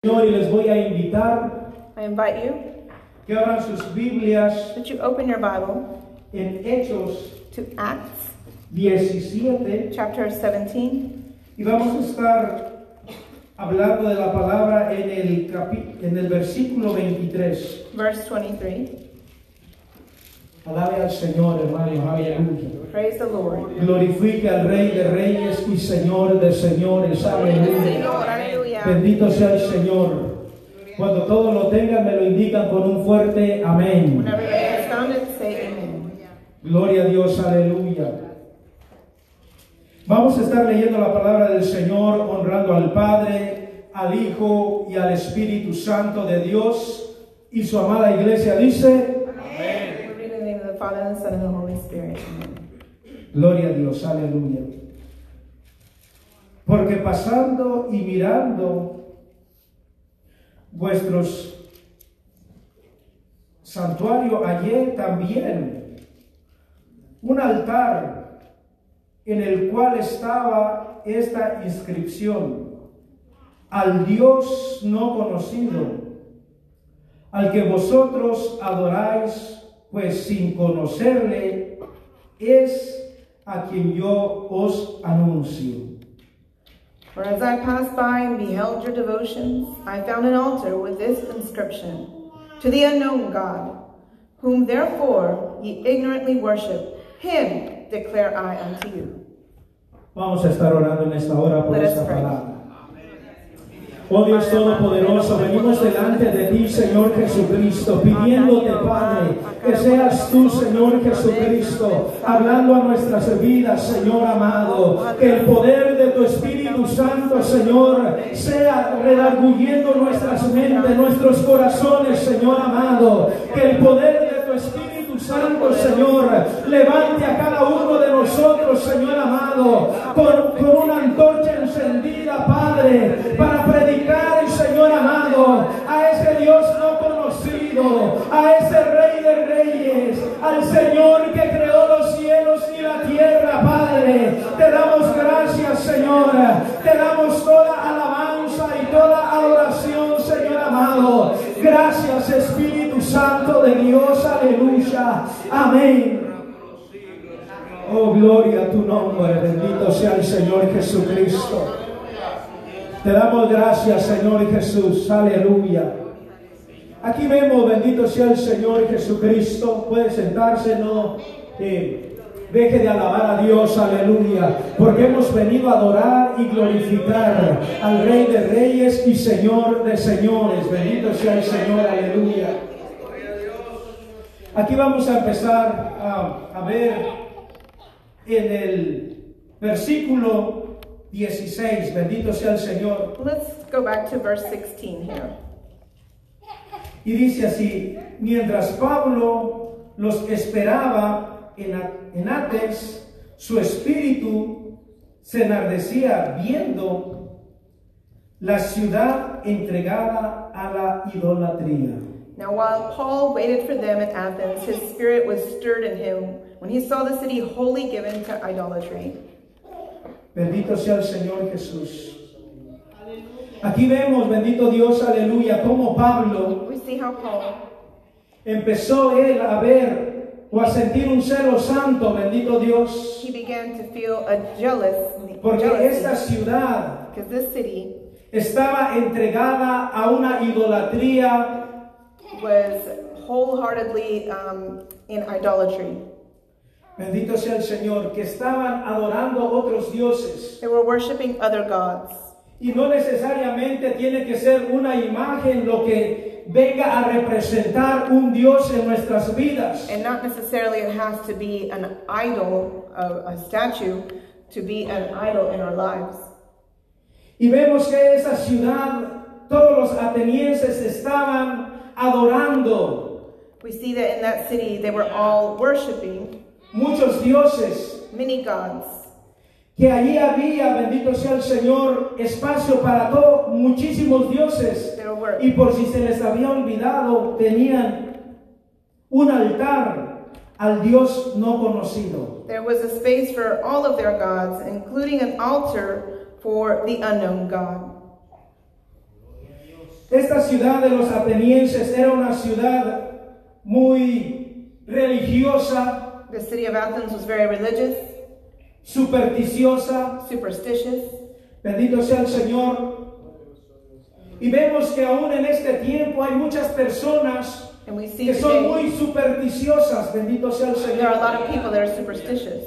Señor y les voy a invitar I invite you que abran sus Biblias that you open your Bible en Hechos to Acts 17 chapter 17. y vamos a estar hablando de la palabra en el, capi- en el versículo 23. Verse 23. Alabe al Señor, hermano, aleluya. Praise the Lord. Glorifique al Rey de Reyes y Señor de Señores, aleluya. Señor, aleluya. Bendito sea el Señor. Cuando todos lo tengan, me lo indican con un fuerte amén. When everybody has found it, say amen. Gloria a Dios, aleluya. Vamos a estar leyendo la palabra del Señor, honrando al Padre, al Hijo y al Espíritu Santo de Dios. Y su amada iglesia dice, We read in the name of the Father, and the Son, and the Holy Spirit. Amen. Gloria a Dios, aleluya. Porque pasando y mirando vuestros santuario hallé también un altar en el cual estaba esta inscripción al Dios no conocido al que vosotros adoráis, pues sin conocerle, es a quien yo os anuncio. For as I passed by and beheld your devotions, I found an altar with this inscription To the unknown God, whom therefore ye ignorantly worship, him declare I unto you. Vamos a estar orando en esta hora por Let us esta pray. palabra. Oh Dios Todopoderoso, venimos delante de ti, Señor Jesucristo, pidiéndote, Padre, que seas tú, Señor Jesucristo, hablando a nuestras vidas, Señor amado, que el poder de tu Espíritu Santo, Señor, sea redarguyendo nuestras mentes, nuestros corazones, Señor amado, que el poder de tu Espíritu Espíritu Santo, Señor, levante a cada uno de nosotros, Señor amado, con, con una antorcha encendida, Padre, para predicar, Señor amado, a ese Dios no conocido, a ese Rey de Reyes, al Señor que creó los cielos y la tierra, Padre. Te damos gracias, Señor. Te damos toda alabanza y toda adoración, Señor amado. Gracias, Espíritu Santo de Dios, aleluya. Amén. Oh, gloria a tu nombre, bendito sea el Señor Jesucristo. Te damos gracias, Señor Jesús, aleluya. Aquí vemos, bendito sea el Señor Jesucristo. Puede sentarse, no eh, deje de alabar a Dios, aleluya. Porque hemos venido a adorar y glorificar al Rey de Reyes y Señor de Señores. Bendito sea el Señor, aleluya. Aquí vamos a empezar a, a ver en el versículo 16. Bendito sea el Señor. Let's go back to verse 16 here. Y dice así, mientras Pablo los esperaba en, A- en Atenas, su espíritu se enardecía viendo la ciudad entregada a la idolatría. Now, while Paul waited for them in Athens, his spirit was stirred in him when he saw the city wholly given to idolatry. Bendito sea el Señor Jesús. Aquí vemos, bendito Dios, aleluya, cómo Pablo We see how Paul empezó él a ver o a sentir un celo santo, bendito Dios, he began to feel a jealous porque esta jealousy ciudad because this city estaba entregada a una idolatría was wholeheartedly um, in idolatry. bendito sea el Señor que estaban adorando otros dioses They were worshiping other gods. y no necesariamente tiene que ser una imagen lo que venga a representar un dios en nuestras vidas And not necessarily it has to be an idol, a, a statue, to be an idol in our lives. y vemos que esa ciudad todos los atenienses estaban adorando We see that in that city they were all worshiping muchos dioses many gods. que allí había, bendito sea el Señor, espacio para todos, muchísimos dioses. Pero bueno. Y por si se les había olvidado, tenían un altar al Dios no conocido. There was a space for all of their gods, including an altar for the unknown God. Esta ciudad de los atenienses era una ciudad muy religiosa, The city of Athens was very religious, supersticiosa. superstitious. Bendito sea el Señor. Y vemos que aún en este tiempo hay muchas personas And we see que son today muy supersticiosas. Bendito sea el there are Señor. a lot of people that are superstitious.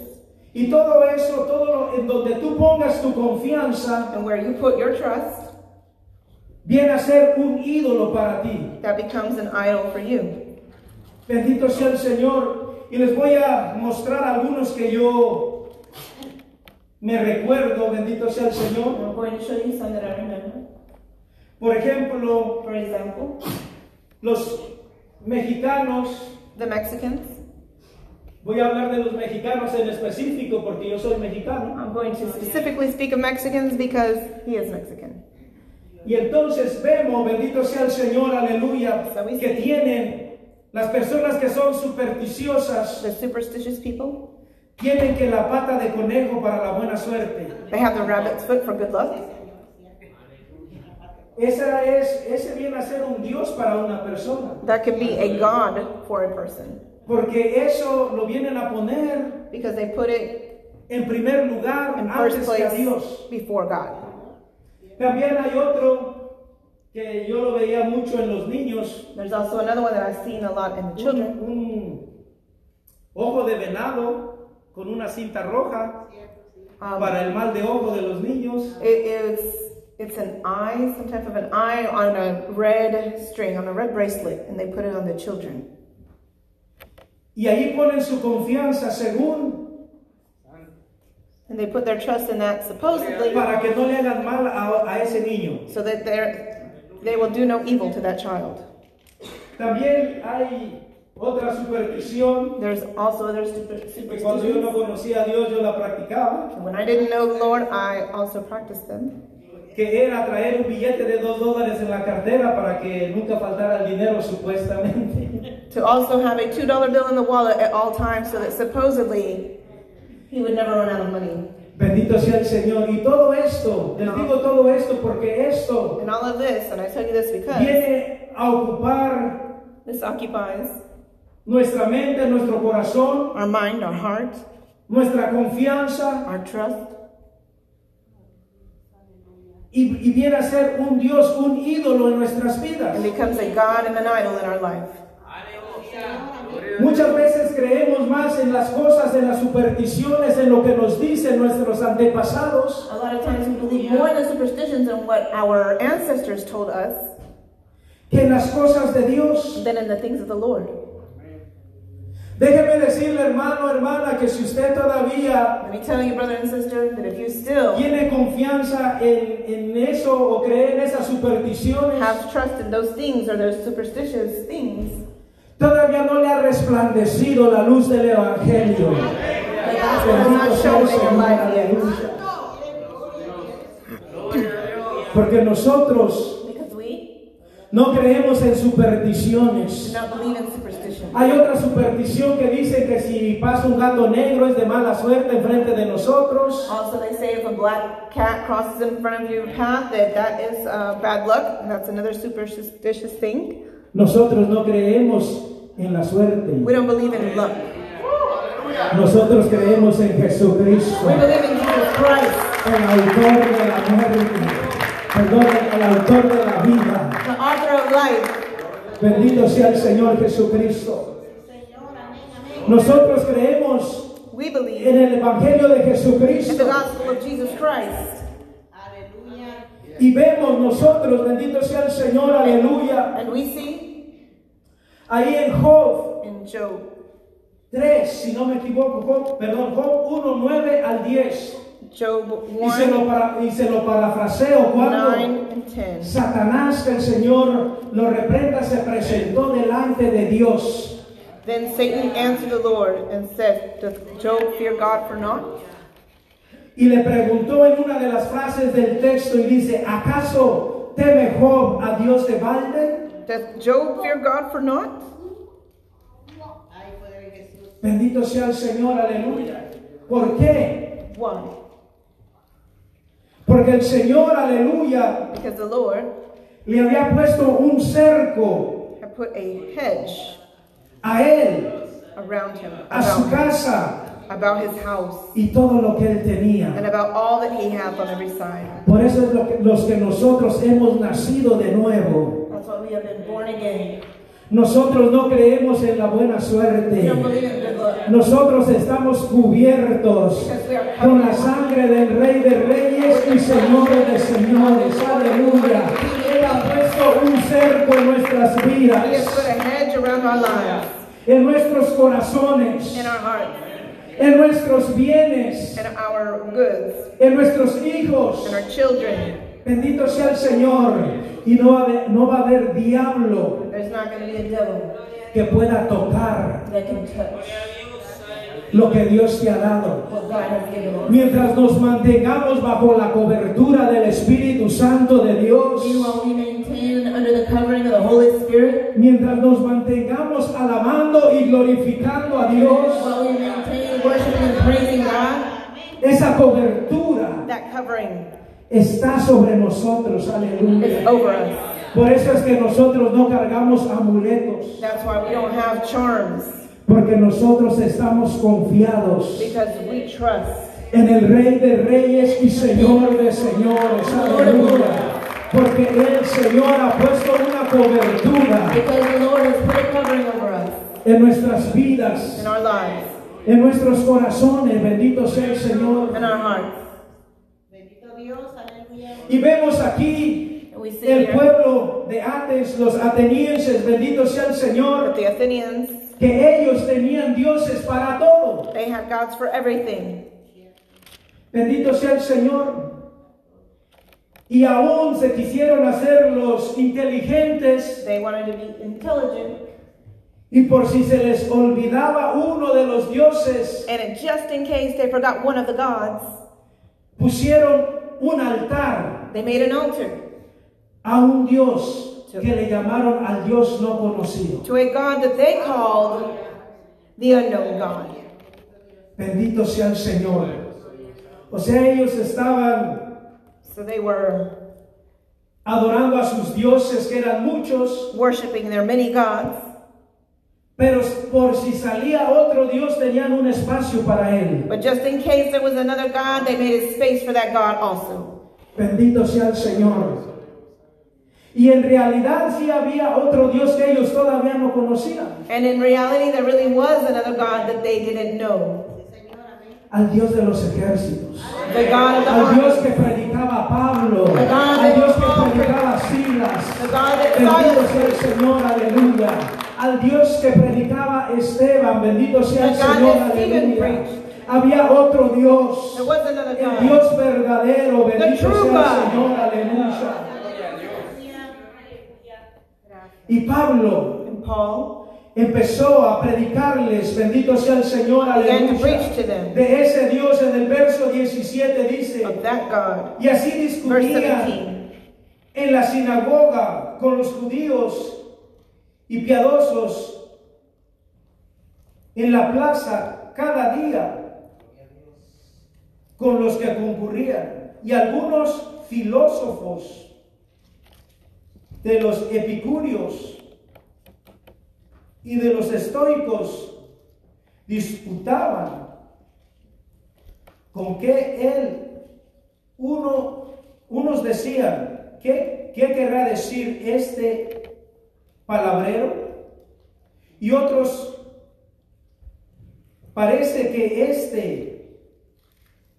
Y todo eso, todo lo, en donde tú pongas tu confianza, And where you put your trust, viene a ser un ídolo para ti. that becomes an idol for you. Bendito sea el Señor. Y les voy a mostrar algunos que yo me recuerdo. Bendito sea el Señor. I'm going to show you some that I remember. Por ejemplo, For example, los mexicanos The Mexicans. Voy a hablar de los mexicanos en específico porque yo soy mexicano. I'm going to specific. Specifically speak of Mexicans because he is Mexican. Y entonces vemos, bendito sea el Señor, aleluya, que tienen las personas que son supersticiosas, The superstitious people, tienen que la pata de conejo para la buena suerte. they have the rabbit's foot for good luck. Esa es, ese viene a ser un Dios para una persona. That can be a god for a person Porque eso lo vienen a poner because they put it en primer lugar in first antes que a Dios. place before God. También hay otro que yo lo veía mucho en los niños. There's also another one that I've seen a lot in the children. un ojo de venado con una cinta roja Um, para el mal de ojo de los niños. it is it's an eye, some type of an eye on a red string, on a red bracelet, and they put it on the children. Y ahí ponen su confianza según And they put their trust in that supposedly para que no le hagan mal a, a ese niño. so that they're they will do no evil to that child. También hay otra superstición There's also other super- que cuando yo no superstitions. conocía a Dios yo la practicaba, When I didn't know the Lord, I also practiced them. que era traer un billete de dos dólares en la cartera para que nunca faltara el dinero supuestamente. To also have a two dollar bill in the wallet at all times, so that supposedly he would never run out of money. Bendito sea el Señor. Y todo esto, les digo todo esto porque esto And all of this, and I tell you this because viene a ocupar this occupies nuestra mente, nuestro corazón, our mind, our heart, nuestra confianza our trust, y, y viene a ser un Dios, un ídolo en nuestras vidas. and becomes a god and an idol in our life. Muchas veces creemos más en las cosas, en las supersticiones, en lo que nos dicen nuestros antepasados, A lot of times we Believe believe more more in than the superstitions and what our ancestors told us que en las cosas de Dios. than in the things of the Lord. Déjeme decirle, hermano, hermana, que si usted todavía Let me tell you, brother and sister, that if you still tiene confianza en, en eso o cree en esas supersticiones, have trust in those things or those superstitious things, todavía no le ha resplandecido la luz del Evangelio. the gospel has not shown in your life yet. Porque nosotros Because we no creemos en do supersticiones. not believe in superstition. Hay otra superstición que dice que si pasa un gato negro es de mala suerte enfrente de nosotros. Also, they say if a black cat crosses in front of your path, that that is uh, bad luck, and that's another superstitious thing. Nosotros no creemos en la We suerte. don't believe in luck. Nosotros creemos en We Jesucristo, believe in Jesus Christ, el autor de la muerte, perdón, el autor de la vida. the author of life. Bendito sea el Señor Jesucristo. Nosotros creemos We believe en el Evangelio de in the Jesucristo. gospel of Jesus Christ. Y vemos nosotros, bendito sea el Señor, aleluya, And we see ahí en Job in Job 3, si no me equivoco, Job, perdón, Job 1, 9 al 10. Job Y se 1, lo, para- y se lo parafraseo 9, cuando and 10. Satanás, que el Señor lo reprenda, se presentó delante de Dios. Then Satan answered the Lord and said, Doth Job fear God for naught? Y le preguntó en una de las frases del texto y dice, ¿acaso teme Job a Dios de balde? Doth Job fear God for naught? Bendito sea el Señor, aleluya. ¿Por qué? Why? Porque el Señor, aleluya, Because the Lord le había puesto un cerco had put a hedge a él, around him, a su about, casa about his house, y todo lo que él and tenía. about all that he hath on every side. Por eso es lo que, los que nosotros hemos nacido de nuevo. That's why we have been born again. Nosotros no creemos en la buena We suerte. don't believe in good luck. Nosotros estamos cubiertos Because we are con covered. la sangre del Rey de Reyes y Señor de Señores. Aleluya. Él ha puesto un cerco en nuestras He has put vidas, a hedge around our lives, en nuestros corazones, in our hearts, en nuestros bienes, and our goods, en nuestros hijos. and our children. Bendito sea el Señor. Y no va a haber, no va a haber diablo There's not going to be a devil que pueda tocar that can touch lo que Dios te ha dado. what God has given us. Mientras nos mantengamos bajo la cobertura del Espíritu Santo de Dios, We will be maintained under the covering of the Holy Spirit. mientras nos mantengamos alabando y glorificando a Dios, While we maintain worshiping and praising God, esa cobertura That covering está sobre nosotros, aleluya. is over us. Por eso es que nosotros no cargamos amuletos, That's why we don't have charms, porque nosotros estamos confiados because we trust en el Rey de Reyes y Señor de Señores, aleluya. Porque el Señor ha puesto una cobertura because the Lord has put a covering over us en nuestras vidas. in our lives, en nuestros corazones, bendito sea el Señor. in our hearts. Y vemos aquí and we see el here pueblo de Ates, los atenienses, bendito sea el But Señor, the Athenians, que ellos tenían dioses para todo. they had gods for everything. Bendito sea el Señor. Y aún se quisieron hacer los inteligentes They wanted to be intelligent, y por si se les olvidaba uno de los dioses, And it- just in case they forgot one of the gods, pusieron un altar they made an altar a un dios que le llamaron al dios no conocido. to a god that they called the unknown god. Bendito sea el Señor. O sea, ellos estaban So they were adorando a sus dioses, que eran muchos, worshiping their many gods, pero por si salía otro dios tenían un espacio para él. but just in case there was another god, they made a space for that god also. Bendito sea el Señor. Y en realidad sí había otro dios que ellos todavía no conocían, And in reality, there really was another god that they didn't know al Dios de los ejércitos. the god of the Al Dios army, que predicaba Pablo, al Dios que predicaba Silas, the god that Bendito Silas, sea el Señor, aleluya. Al Dios que predicaba Esteban, bendito sea el Al God Señor, that Stephen aleluya. preached. Había otro Dios, there was another el god. Dios verdadero, bendito true sea el God. Señor, aleluya. Y Pablo And Paul empezó a predicarles, bendito sea el Señor, began to aleluya. preach to them De ese Dios en el verso 17 dice, of that god. y así Verse discutían 17. en la sinagoga con los judíos y piadosos en la plaza cada día con los que concurrían y algunos filósofos de los epicúreos y de los estoicos disputaban con que él uno, unos decían, ¿qué, ¿qué querrá decir este palabrero? Y otros, parece que este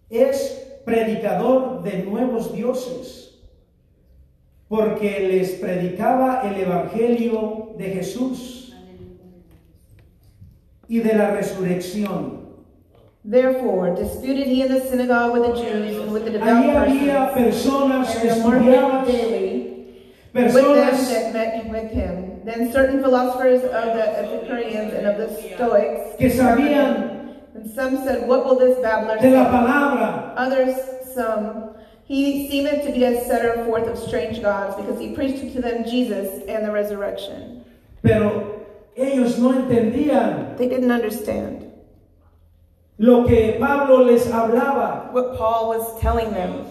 es predicador de nuevos dioses, porque les predicaba el Evangelio de Jesús y de la resurrección. Therefore, disputed he in the synagogue with the Jews and with the Allí devout había persons, personas and the estudiadas, market daily, with them personas that met with him. Then certain philosophers of the Epicureans and of the Stoics, que sabían and some said, What will this babbler de la say? palabra, Others, some, he seemeth to be a setter forth of strange gods, because he preached to them Jesus and the resurrection. pero ellos no entendían They didn't understand lo que Pablo les hablaba. what Paul was telling them.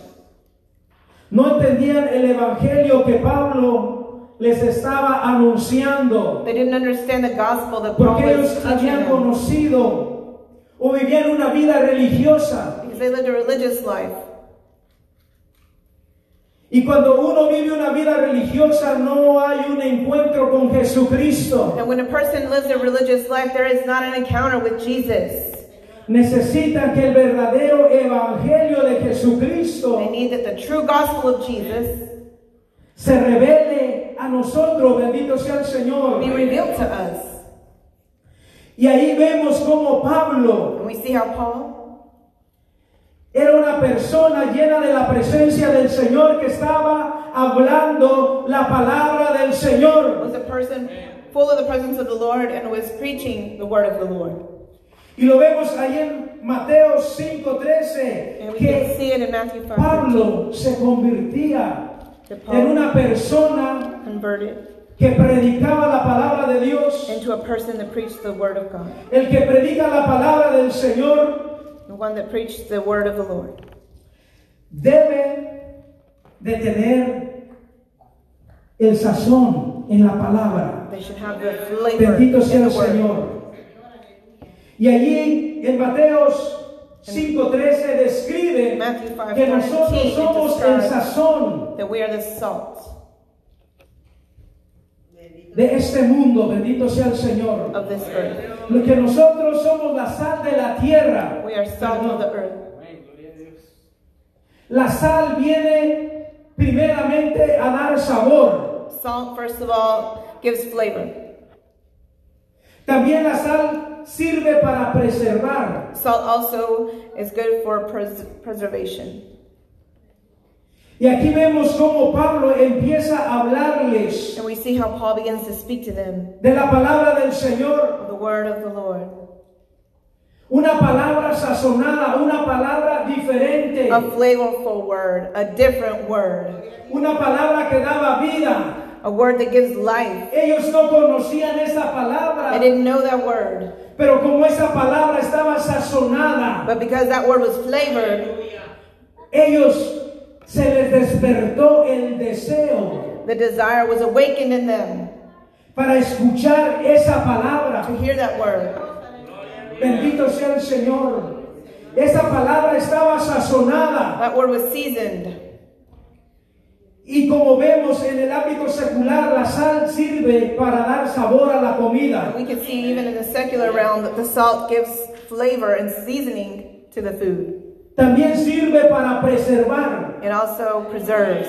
No entendían el evangelio que Pablo les estaba anunciando, They didn't understand the gospel that Paul porque ellos was teaching habían them conocido o vivían una vida religiosa. because they lived a religious life. Y cuando uno vive una vida religiosa no hay un encuentro con Jesucristo. And when a person lives a religious life, there is not an encounter with Jesus. Necesitan que el verdadero evangelio de Jesucristo They need that the true gospel of Jesus se revele a nosotros, bendito sea el Señor. be revealed to us. Y ahí vemos cómo Pablo And we see how Paul, era una persona llena de la presencia del Señor que estaba hablando la palabra del Señor. was a person full of the presence of the Lord and was preaching the word of the Lord. Y lo vemos ahí en Mateo 5:13, And we can que see it in Matthew 5 Pablo se convertía that Paul en una persona converted que predicaba la palabra de Dios. into a person that preached the word of God, El que predica la palabra del Señor the one that preached the word of the Lord. debe de tener el sazón en la palabra. They should have the flavor in Bendito sea el the word. Señor. Y allí en Mateos 5:13 describe Matthew 5:13 que nosotros it somos el describes- sazón That we are the salt de este mundo. Bendito sea el Señor. of this earth. Que nosotros somos la sal de la tierra. We are salt of the earth. La sal viene primeramente a dar sabor. Salt, first of all, gives flavor. También la sal sirve para preservar. Salt also is good for pres- preservation. Y aquí vemos cómo Pablo empieza a hablarles And we see how Paul begins to speak to them de la palabra del Señor, of the word of the Lord, una palabra sazonada, una palabra diferente, a flavorful word, a different word, una palabra que daba vida. a word that gives life. Ellos no conocían esa I palabra, didn't know that word, pero como esa palabra estaba sazonada, but because that word was flavored, ellos se les despertó el deseo the desire was awakened in them para escuchar esa palabra. to hear that word. Bendito sea el Señor. Esa palabra estaba sazonada. That word was seasoned. Y como vemos en el ámbito secular, la sal sirve para dar sabor a la comida. We can see even in the secular realm that the salt gives flavor and seasoning to the food. También sirve para preservar, It also preserves.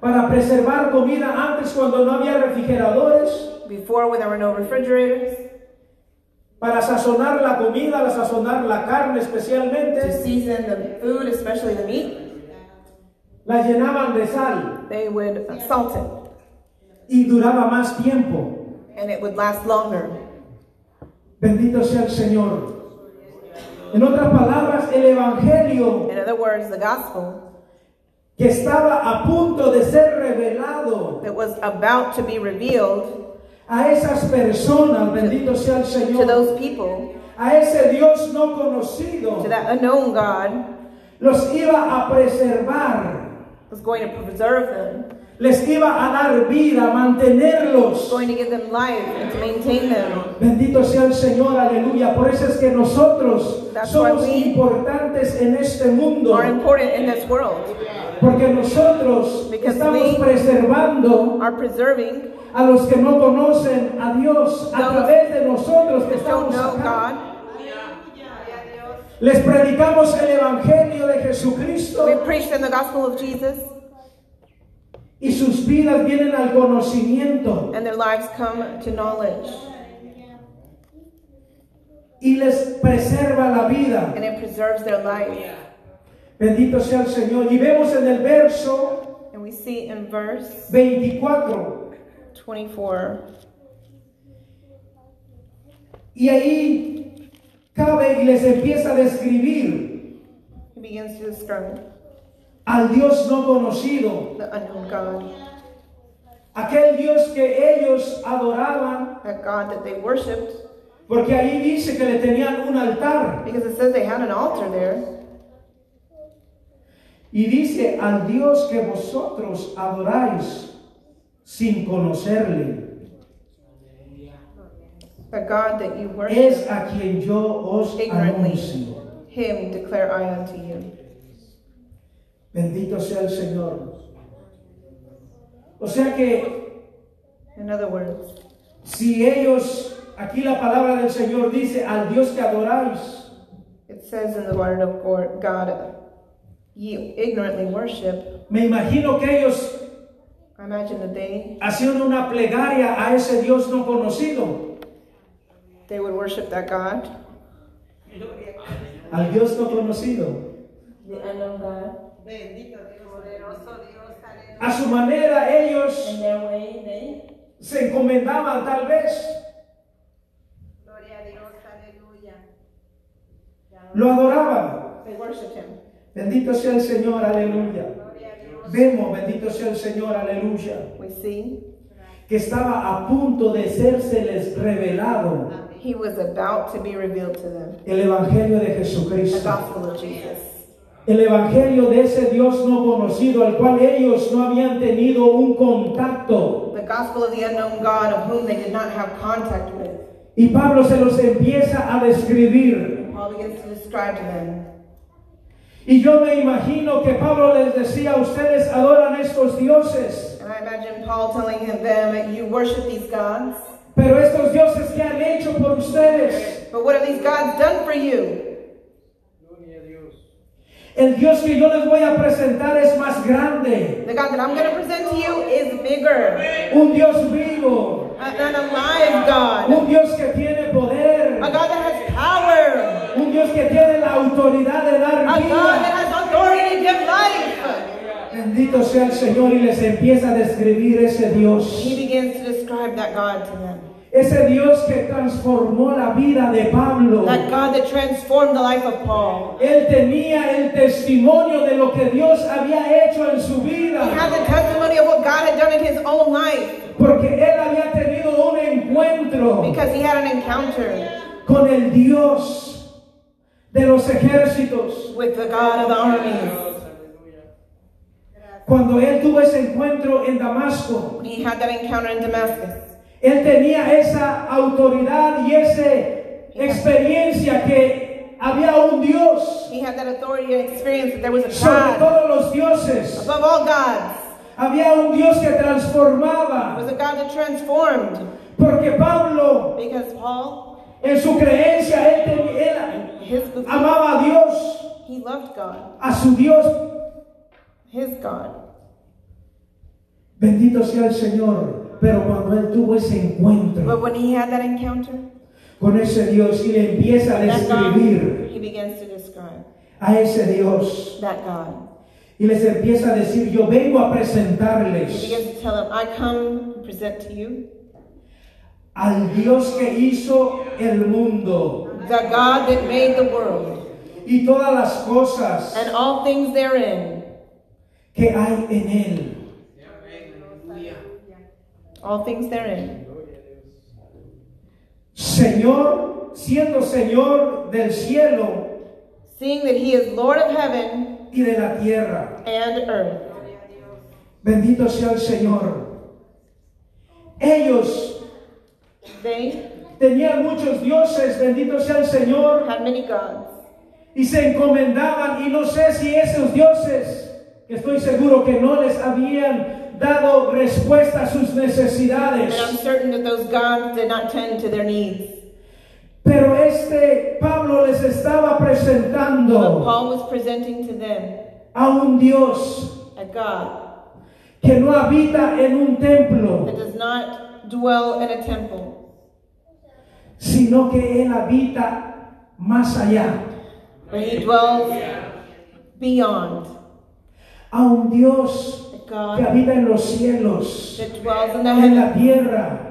para preservar comida. Antes cuando no había refrigeradores, Before, when there were no refrigerators, para sazonar la comida, para sazonar la carne to especialmente, season the food, especially the meat, la llenaban de sal they would salt y duraba más tiempo. it and it would last longer. Bendito sea el Señor. En otras palabras, el Evangelio In other words, the gospel que estaba a punto de ser revelado that was about to be revealed a esas personas, bendito sea el to Señor, those people, a ese Dios no to conocido, that unknown God, los iba a preservar, was going to preserve them, les iba a dar vida, was mantenerlos. going to give them life and to maintain them. Bendito sea el Señor, aleluya. Por eso es que nosotros That's somos why we importantes en este mundo, Are important in this world. porque nosotros Because estamos we- preservando Are preserving a los que no conocen a Dios a Those- través de nosotros que that don't estamos know acá. God. Les predicamos el evangelio de Jesucristo. We preach them the gospel of Jesus, y sus vidas vienen al conocimiento and their lives come to knowledge, y les preserva la vida. and it preserves their life. Bendito sea el Señor. Y vemos en el verso And we see in verse 24, 24, y ahí cabe y les empieza a describir he begins to describe al Dios no conocido, the unknown God, aquel Dios que ellos adoraban, that God that they worshipped. porque ahí dice que le tenían un altar. Because it says they had an altar there. Y dice al Dios que vosotros adoráis sin conocerle, The God that you worship, es a quien yo os ignorantly, anuncio. him declare I unto you. Bendito sea el Señor. O sea que In other words, si ellos, aquí la palabra del Señor dice, al Dios que adoráis, it says in the word of Gor- God, ye ignorantly worship. me imagino que ellos I imagine that they, hacían una plegaria a ese Dios no conocido, they would worship that God, al Dios no conocido. The unknown God. A su manera ellos In their way, they se encomendaban tal vez, lo adoraban. they worship him. Bendito sea el Señor, aleluya. Vemos, bendito sea el Señor, aleluya, We see que estaba a punto de sérseles revelado he was about to be revealed to them, el Evangelio de the Jesucristo. gospel of Jesus. El evangelio de ese Dios no conocido, al cual ellos no habían tenido un contacto. The gospel of the unknown God of whom they did not have contact with. Y Pablo se los empieza a describir. Paul begins to describe to them. Y yo me imagino que Pablo les decía, ustedes adoran estos dioses, And I imagine Paul telling him, them, you worship these gods, pero estos dioses que han hecho por ustedes, but what have these gods done for you? el Dios que yo les voy a presentar es más grande, The God that I'm going to present to you is bigger, un Dios vivo, a- an alive God, un Dios que tiene poder, a God that has power, un Dios que tiene la autoridad de a dar God vida. that has authority to give life. Bendito sea el Señor y les empieza a describir ese He Dios. begins to describe that God to them. Ese Dios que transformó la vida de Pablo. That God that transformed the life of Paul. Él tenía el testimonio de lo que Dios había hecho en su He vida, had the testimony of what God had done in his own life porque él había tenido un encuentro because he had an encounter con el Dios de los ejércitos. with the God of the armies. Cuando él tuvo ese encuentro en Damasco, He had that encounter in Damascus. él tenía esa autoridad y esa experiencia que había un Dios He had that authority and experience that there was a sobre God todos los dioses. above all gods. Había un Dios que There transformaba, was a God that transformed porque Pablo because Paul, En su creencia, él, tenía- él his belief, amaba a Dios, he loved God, a su Dios. his God. Bendito sea el Señor. Pero cuando él tuvo ese But encuentro when he had that encounter, con ese Dios y le empieza a that God, describir he begins to describe a ese Dios that God. y les empieza a decir, yo vengo a He presentarles begins to tell them, I come and present to you al Dios que hizo el mundo the God that made the world y todas las cosas and all things therein, que hay en él. all things therein, Señor, siendo Señor del cielo seeing that He is Lord of heaven y de la tierra. and earth. Bendito sea el Señor. Ellos They tenían muchos dioses, bendito sea el Señor, had many gods, y se encomendaban. Y no sé si esos dioses, que estoy seguro que no les habían dado respuesta a sus and I'm necesidades. certain that those gods did not tend to their needs. Pero este Pablo les estaba But presentando Paul was presenting to them a un Dios a God que no habita en un templo, that does not dwell in a temple, sino que él habita más allá. but He dwells beyond. A un Dios A que God habita en los cielos, that dwells in the en la heavens, tierra.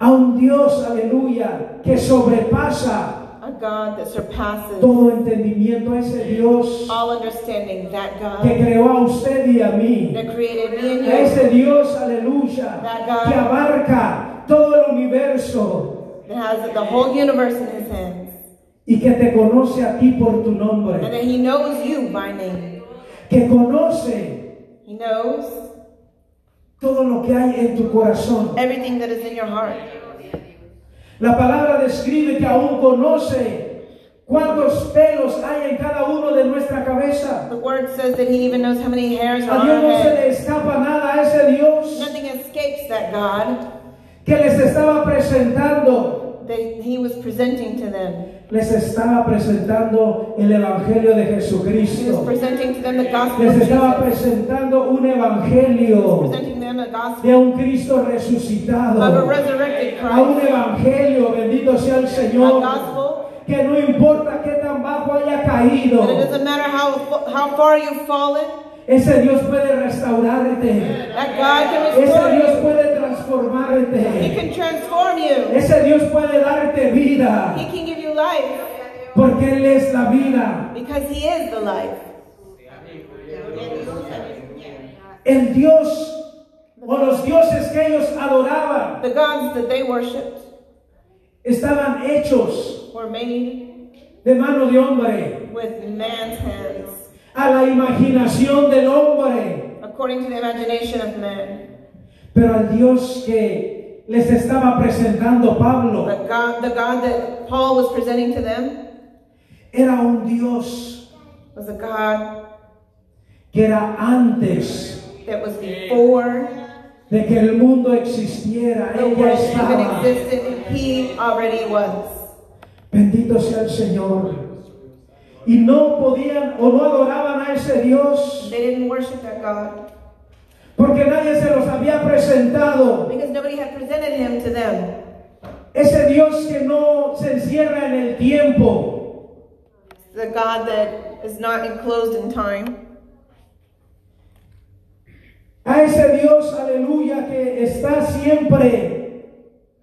A un Dios, aleluya, que sobrepasa a God that surpasses todo entendimiento. A ese Dios all understanding, that God. que creó a usted y a mí. that created me and A you, ese Dios, aleluya, que abarca todo el universo that has the whole universe in his hands. y que te conoce a ti por tu and nombre, that He knows you by name. que conoce He knows todo lo que hay en tu corazón. everything that is in your heart. La palabra describe que aún conoce cuántos pelos hay en cada uno de nuestra cabeza. The Word says that He even knows how many hairs are A on our Dios no se head. le escapa nada a ese Dios Nothing escapes that God que les estaba presentando. that He was presenting to them. Les estaba presentando el Evangelio de He was Jesucristo. presenting to them the gospel of Les estaba Jesus. presentando un Evangelio Presenting them the gospel de un Cristo of a resucitado. resurrected A un Christ. Evangelio, bendito sea el A Señor, gospel que no importa qué tan bajo haya caído. that it doesn't matter how, how far you've fallen, Ese Dios puede restaurarte. that God can Ese Dios restore you. puede He transformarte. can transform you. Ese Dios puede darte vida. He can give you life Porque Él es la vida. because He is the life. El Dios o los dioses que ellos adoraban The gods that they worshipped estaban hechos were made de mano de hombre, with man's hands, a la imaginación del hombre. according to the imagination of man. Pero al Dios que les estaba presentando Pablo But God, the God that Paul was presenting to them era un Dios was a God que era antes that was before de que el mundo existiera. the Ella world even estaba. existed. He already was. Bendito sea el Señor. Y no podían o no adoraban a ese Dios They didn't worship that God porque nadie se los había presentado. because nobody had presented him to them. Ese Dios que no se encierra en el tiempo, The God that is not enclosed in time. a ese Dios, aleluya, que está siempre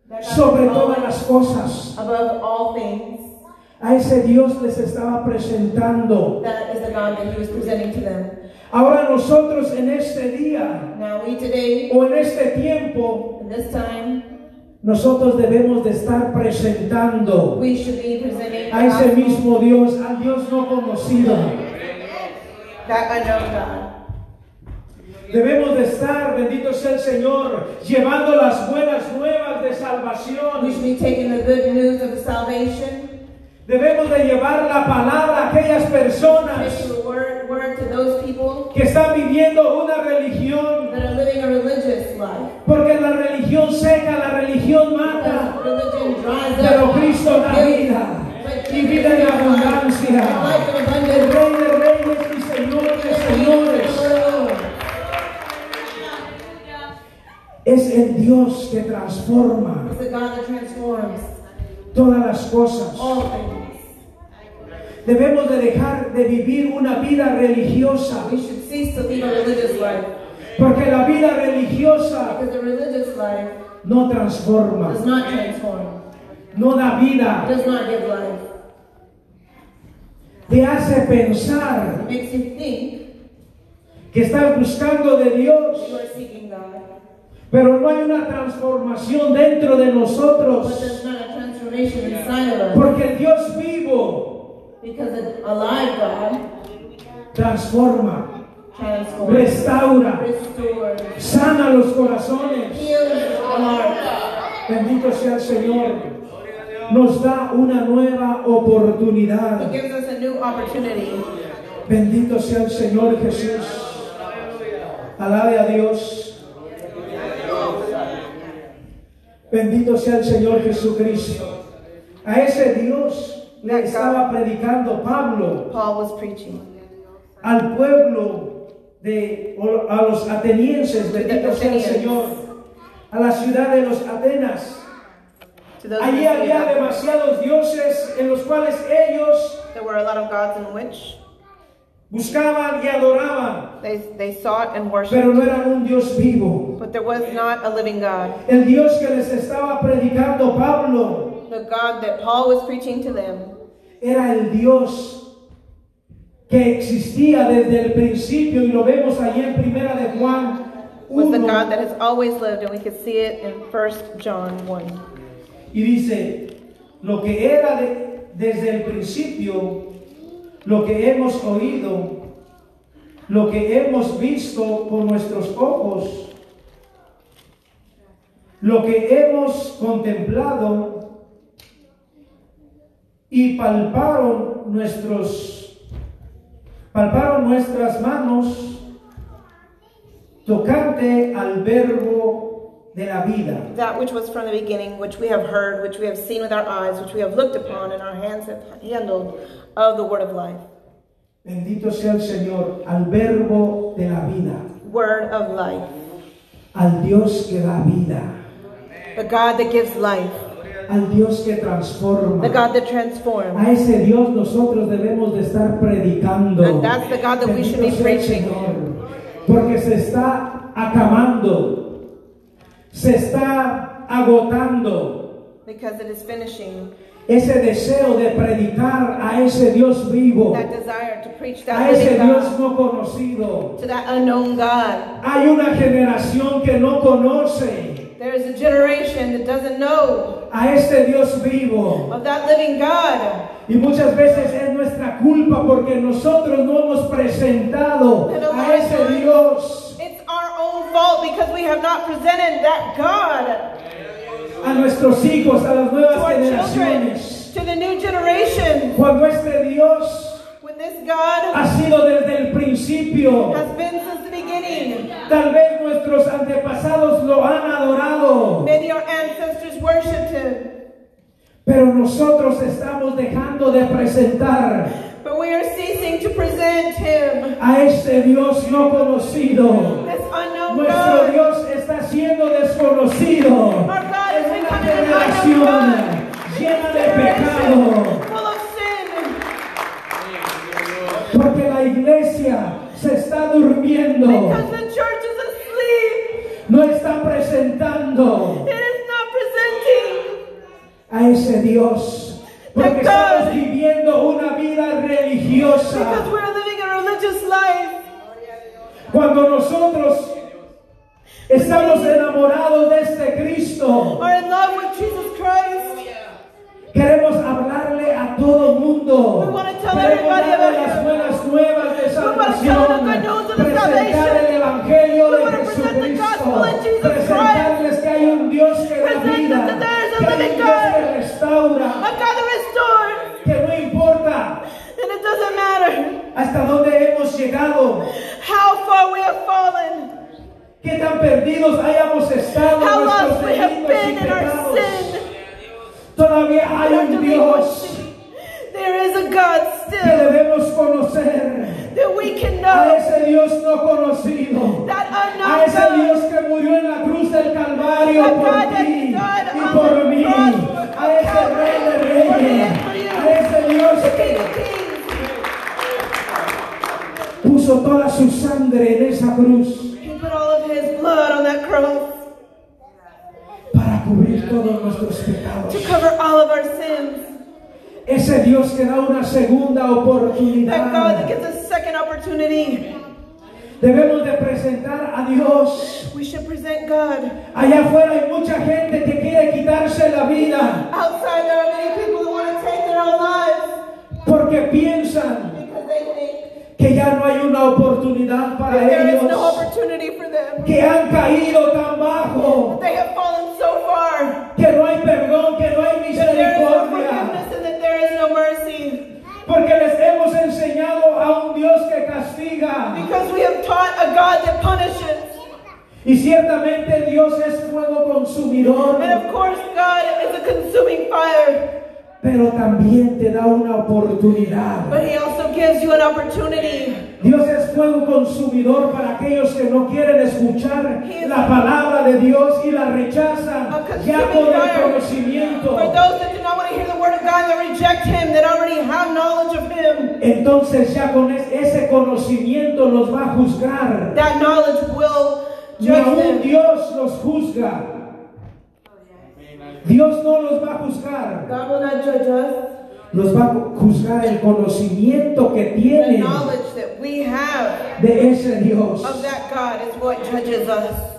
That God sobre is todas always las cosas. above all things. A ese Dios les estaba presentando. That is the God that he was presenting to them. Ahora nosotros en este día Now we today, o en este tiempo, in this time, nosotros debemos de estar presentando we should be presenting a ese the gospel, mismo Dios, al Dios no conocido. that unknown God. Debemos de estar, bendito sea el Señor, llevando las buenas nuevas de salvación. We should be taking the good news of salvation, Debemos de llevar la palabra a aquellas preaching personas the word, word to those people que están viviendo una religión, that are living a religious life. porque la religión seca, la religión mata, Because religion dries pero up. Cristo da guilt, vida but y vida en abundancia. and Life in El abundance. Rey de Reyes y Señor de Señores es el Dios que transforma It's the God that transforms todas las cosas. all things. Debemos de dejar de vivir una vida religiosa, We should cease to live a religious life. porque la vida religiosa Because the religious life no transforma, does not transform, no da vida, does not give life. te hace pensar It makes you think que estás buscando de Dios, you are seeking God, pero no hay una transformación dentro de but nosotros, there's not a transformation inside of us. porque el Dios vivo Because an alive God transforma, transforms, restaura, restores, sana los corazones. heals the heart. Bendito sea el Señor. Nos da una nueva oportunidad. He gives us a new opportunity. Bendito sea el Señor Jesús. Alabe a Dios. Bendito sea el Señor Jesucristo. A ese Dios le estaba predicando Pablo Paul was preaching al pueblo de o a los atenienses. Bendito sea el Señor. A la ciudad de los Atenas. to those Allí había that demasiados dioses en los cuales ellos there were a lot of gods in which buscaban y adoraban, they, they sought and pero no worshipped, eran un Dios vivo. but there was not a living God. El Dios que les estaba predicando Pablo The God that Paul was preaching to them era el Dios que existía desde el principio y lo vemos allí en Primera de Juan was the 1 God that has always lived, and we could see it in 1 John 1. y dice lo que era de- desde el principio lo que hemos oído, lo que hemos visto con nuestros ojos, lo que hemos contemplado y palparon nuestros palparon nuestras manos tocante al verbo de la vida. That which was from the beginning, which we have heard, which we have seen with our eyes, which we have looked upon, and our hands have handled of the word of life. Bendito sea el Señor, al verbo de la vida, Word of life. al Dios que da vida, The God that gives life. al Dios que The transforma. God that transforms. A ese Dios nosotros debemos de estar predicando. And that's the God that we should be Bendito sea el preaching. Señor, porque se está acabando, se está agotando Because it is finishing. ese deseo de predicar a ese Dios vivo, That desire to preach a that ese living Dios God. no conocido. To that unknown God. Hay una generación que no conoce There is a generation that doesn't know a este Dios vivo. of that living God. Y muchas veces es nuestra culpa porque nosotros no hemos presentado a ese Dios It's our own fault because we have not presented that God a nuestros hijos, a las to nuevas our children, generaciones. to the new generation. Cuando este Dios When this God ha sido desde el principio, has been since the beginning. tal vez nuestros antepasados lo han adorado, Many our ancestors worshipped him, pero nosotros estamos dejando de presentar but we are ceasing to present him. a este Dios no conocido. This unknown Nuestro God. Dios está siendo desconocido. Es una generación llena de pecado. Full of sin. Porque la iglesia se está durmiendo. Because the church is asleep. No está presentando It is not presenting a ese Dios. Porque estamos viviendo una vida because religiosa. we are living a religious life. Cuando nosotros estamos enamorados de este Cristo, Are in love with Jesus Christ. queremos hablarle a todo mundo. We want to tell Queremos everybody darle about las him. buenas nuevas de We want to tell them the good salvación. news of the Presentar salvation. el evangelio We de want to present the Jesucristo. gospel of Jesus Christ. Presentarles que hay un Dios que da Present them vida, that there is a que hay un living Dios que God. restaura, A God that restores. que no importa And it doesn't matter hasta dónde hemos llegado, how far we have fallen, qué tan perdidos hayamos estado en how nuestros lost we have delitos been y in our pecados. sin. Todavía hay Our un Dios delinquency. There is a God que still debemos conocer, that we can a know. ese Dios no conocido. That a unknown ese Dios God, que murió en la cruz del Calvario por ti y por mí, a ese Rey de Reyes, a ese Dios King que of Kings, puso toda su sangre en esa cruz He put all of His blood on that cross para cubrir todos nuestros to pecados. cover all of our sins. Ese Dios que da una segunda That God that oportunidad. gives us second opportunity. Debemos de presentar a Dios. We should present God. Allá afuera hay mucha gente que quiere quitarse la vida Outside, there are many people who want to take their own lives porque piensan because they think. que ya no hay una oportunidad para There is no ellos. opportunity for them. que han caído tan bajo, They have fallen so far. que no hay perdón, que no hay There is no misericordia, forgiveness and that there is no mercy. porque les hemos enseñado a un Dios que castiga. Because we have taught a God that punishes. Y ciertamente Dios es fuego consumidor, And of course, God is a consuming fire. pero también te da una oportunidad. But He also gives you an opportunity. Dios es fuego consumidor para aquellos que no quieren escuchar la palabra de Dios y la rechazan, ya con el conocimiento. For those that do not want to hear the word of God, that reject Him, that already have knowledge of Him, Entonces ya con es- ese conocimiento los va a juzgar. that knowledge will Y aún judge them. Dios los juzga. Dios no los va a juzgar. God will not judge us. Los va a juzgar el conocimiento que The tienen knowledge that we have de ese Dios. of that God is what judges us.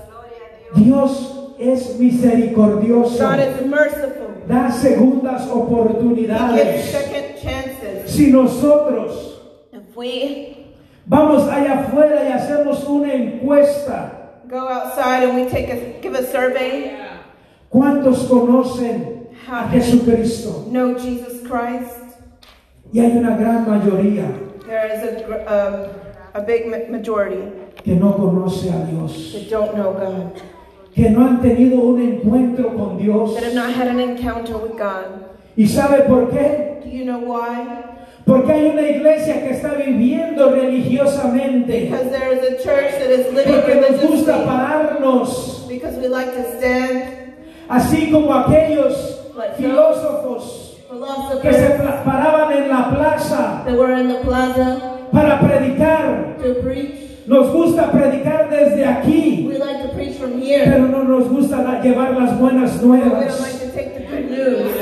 Dios es misericordioso. God is merciful. Da segundas He gives oportunidades. second chances. Si nosotros If we vamos allá afuera y hacemos una encuesta, go outside and we take a give a survey, ¿cuántos conocen a Jesucristo? know Jesus Christ, Y hay una gran mayoría there is a gr- um, a big ma- majority que no conoce a Dios, that don't know God, que no han tenido un encuentro con Dios. that have not had an encounter with God. ¿Y sabe por qué? Do you know why? Porque hay una iglesia que está viviendo religiosamente. Because there is a church that is living Porque nos gusta religiously. pararnos, Because we like to stand, así como aquellos filósofos que se Philosophers pla- paraban en la plaza that were in the plaza para predicar. to preach. Nos gusta predicar desde aquí, We like to preach from here. pero no nos gusta la- llevar las buenas but we don't like nuevas. to take the good news.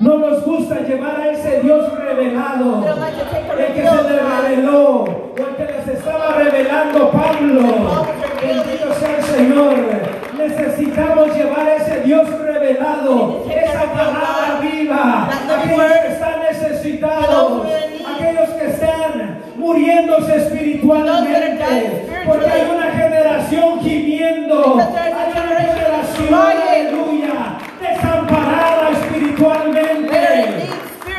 No nos gusta llevar a ese Dios revelado, We don't like to take the el que revealed se le God. reveló, o el que les estaba revelando Pablo. Bendito sea el Señor. Necesitamos llevar a ese Dios revelado, esa palabra viva, aquellos que están necesitados, aquellos que están muriéndose espiritualmente, porque hay una generación gimiendo, hay una generación, aleluya, desamparada espiritualmente,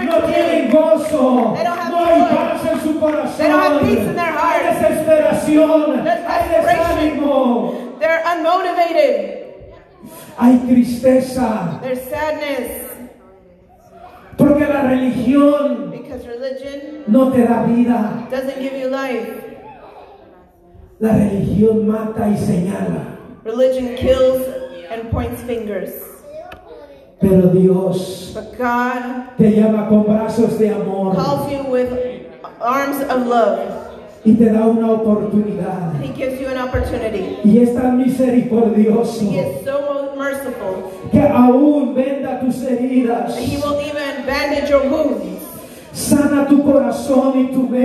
no tienen gozo, no hay paz en su corazón, hay desesperación, hay desánimo. They're unmotivated. Hay tristeza, There's sadness porque la religión because religion no te da vida. doesn't give you life. La religión mata y señala. Religion kills and points fingers. Pero Dios But God te llama con brazos de amor calls you with arms of love. y te da una oportunidad. He gives you an opportunity. Y es tan misericordioso He is so merciful que aún venda tus heridas, that He will even bandage your wounds. sana tu corazón y tu He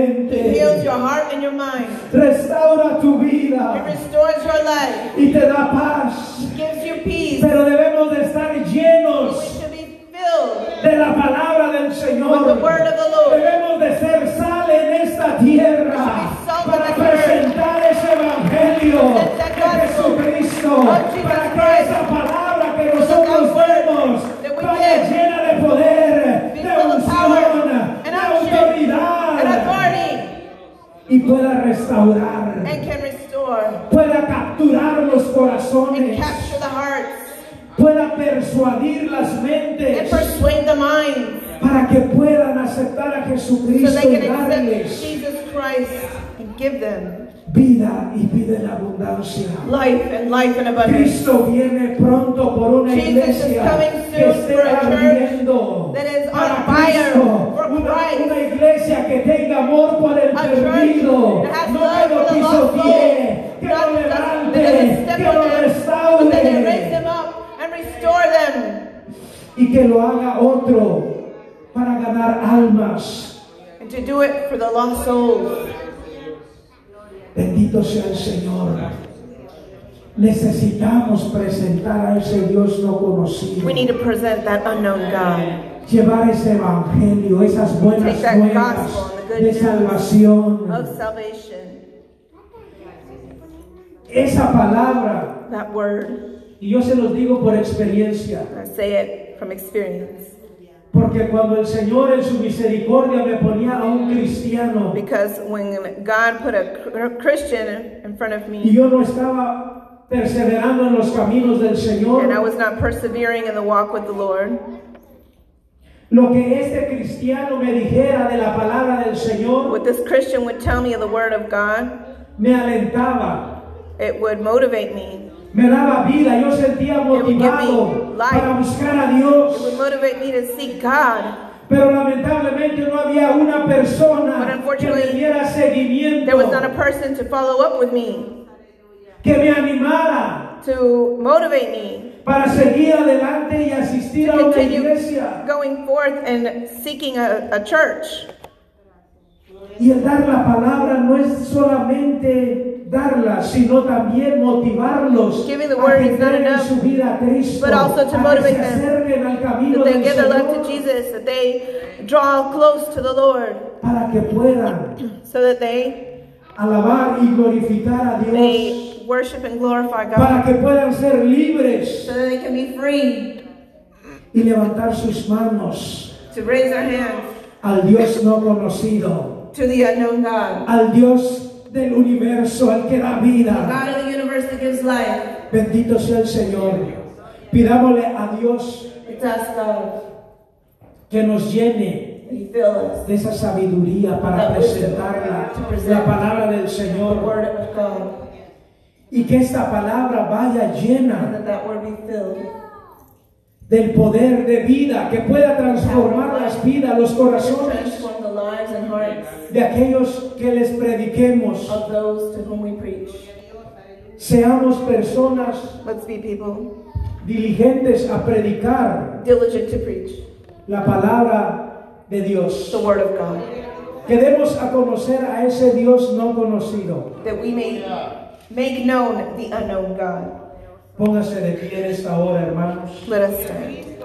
heals mente, your heart and your mind. restaura tu He vida restores your life. y te da paz. He gives you peace. Pero debemos de estar We llenos should be filled de la palabra del Señor. with the word of the Lord. Debemos de ser sal en esta tierra para presentar ese evangelio de Jesucristo, para que esa palabra que nosotros vemos vaya llena de poder, de unción, de And autoridad authority y pueda restaurar, and can restore pueda capturar los and corazones, capture the hearts pueda persuadir las mentes and persuade the minds para que puedan aceptar a so Jesucristo they y can accept darles Jesus Christ and give them vida y vida en abundancia. life and life in abundance. Cristo viene pronto por una Jesus is iglesia coming soon que esté for a church ardiendo that is on para fire Cristo, for una, Christ. una iglesia que tenga amor por el A church perdido, that has no love que lo for the lost pisotee, soul, que not lo that doesn't- that levante, doesn't step que on lo them, but that they raise restaure them up and restore them y que lo haga otro para ganar almas. and to do it for the lost souls. Bendito sea el Señor. Necesitamos presentar a ese Dios no conocido. We need to present that unknown God. Llevar ese evangelio, esas buenas Take that nuevas gospel and the good de news salvación. of salvation. Esa palabra, That word, y yo se los digo por experiencia, I say it from experience. porque cuando el Señor en su misericordia me ponía a un cristiano Because when God put a cr- Christian in front of y me yo no estaba perseverando en los caminos del and I Señor, was not persevering in the walk with the Lord, lo que este cristiano me dijera de la palabra del Señor what this Christian would tell me of the Word of God, me alentaba. it would motivate me. me daba vida, yo sentía motivado para buscar a It would Dios, motivate me to seek God. pero lamentablemente no había una persona que me diera seguimiento, There was not a person to follow up with me, que me animara to motivate me, para seguir adelante y asistir a una continue iglesia going forth and seeking a, a church. y el dar la palabra no es solamente darla, sino también motivarlos Giving the word a que is not entreguen enough, su vida a Cristo, but also to a que motivate se them, acerquen al camino that they del give their life Señor, to Jesus, that they draw close to the Lord, para que puedan so that they alabar y glorificar a Dios, they worship and glorify para God, que puedan ser libres so that they can be free y levantar sus manos to raise their hands al Dios no conocido, to the unknown God, al Dios del universo, al que da the vida. God of the universe that gives life. Bendito sea el Señor. Pidámosle a Dios It's us, God, que nos llene that you fill us, de esa sabiduría para presentar la, la palabra del the Señor Word of God, y que esta palabra vaya and llena that that Word be filled, del poder de vida que pueda transformar las vidas, los corazones transform the lives and hearts de aquellos que les prediquemos. of those to whom we preach. Seamos personas Let's be people diligentes a predicar diligent to preach la palabra de the Dios. Word of God, Que demos a conocer a ese Dios no conocido. that we may make known the unknown God. Póngase de pie en esta hora, hermanos. Let us stand.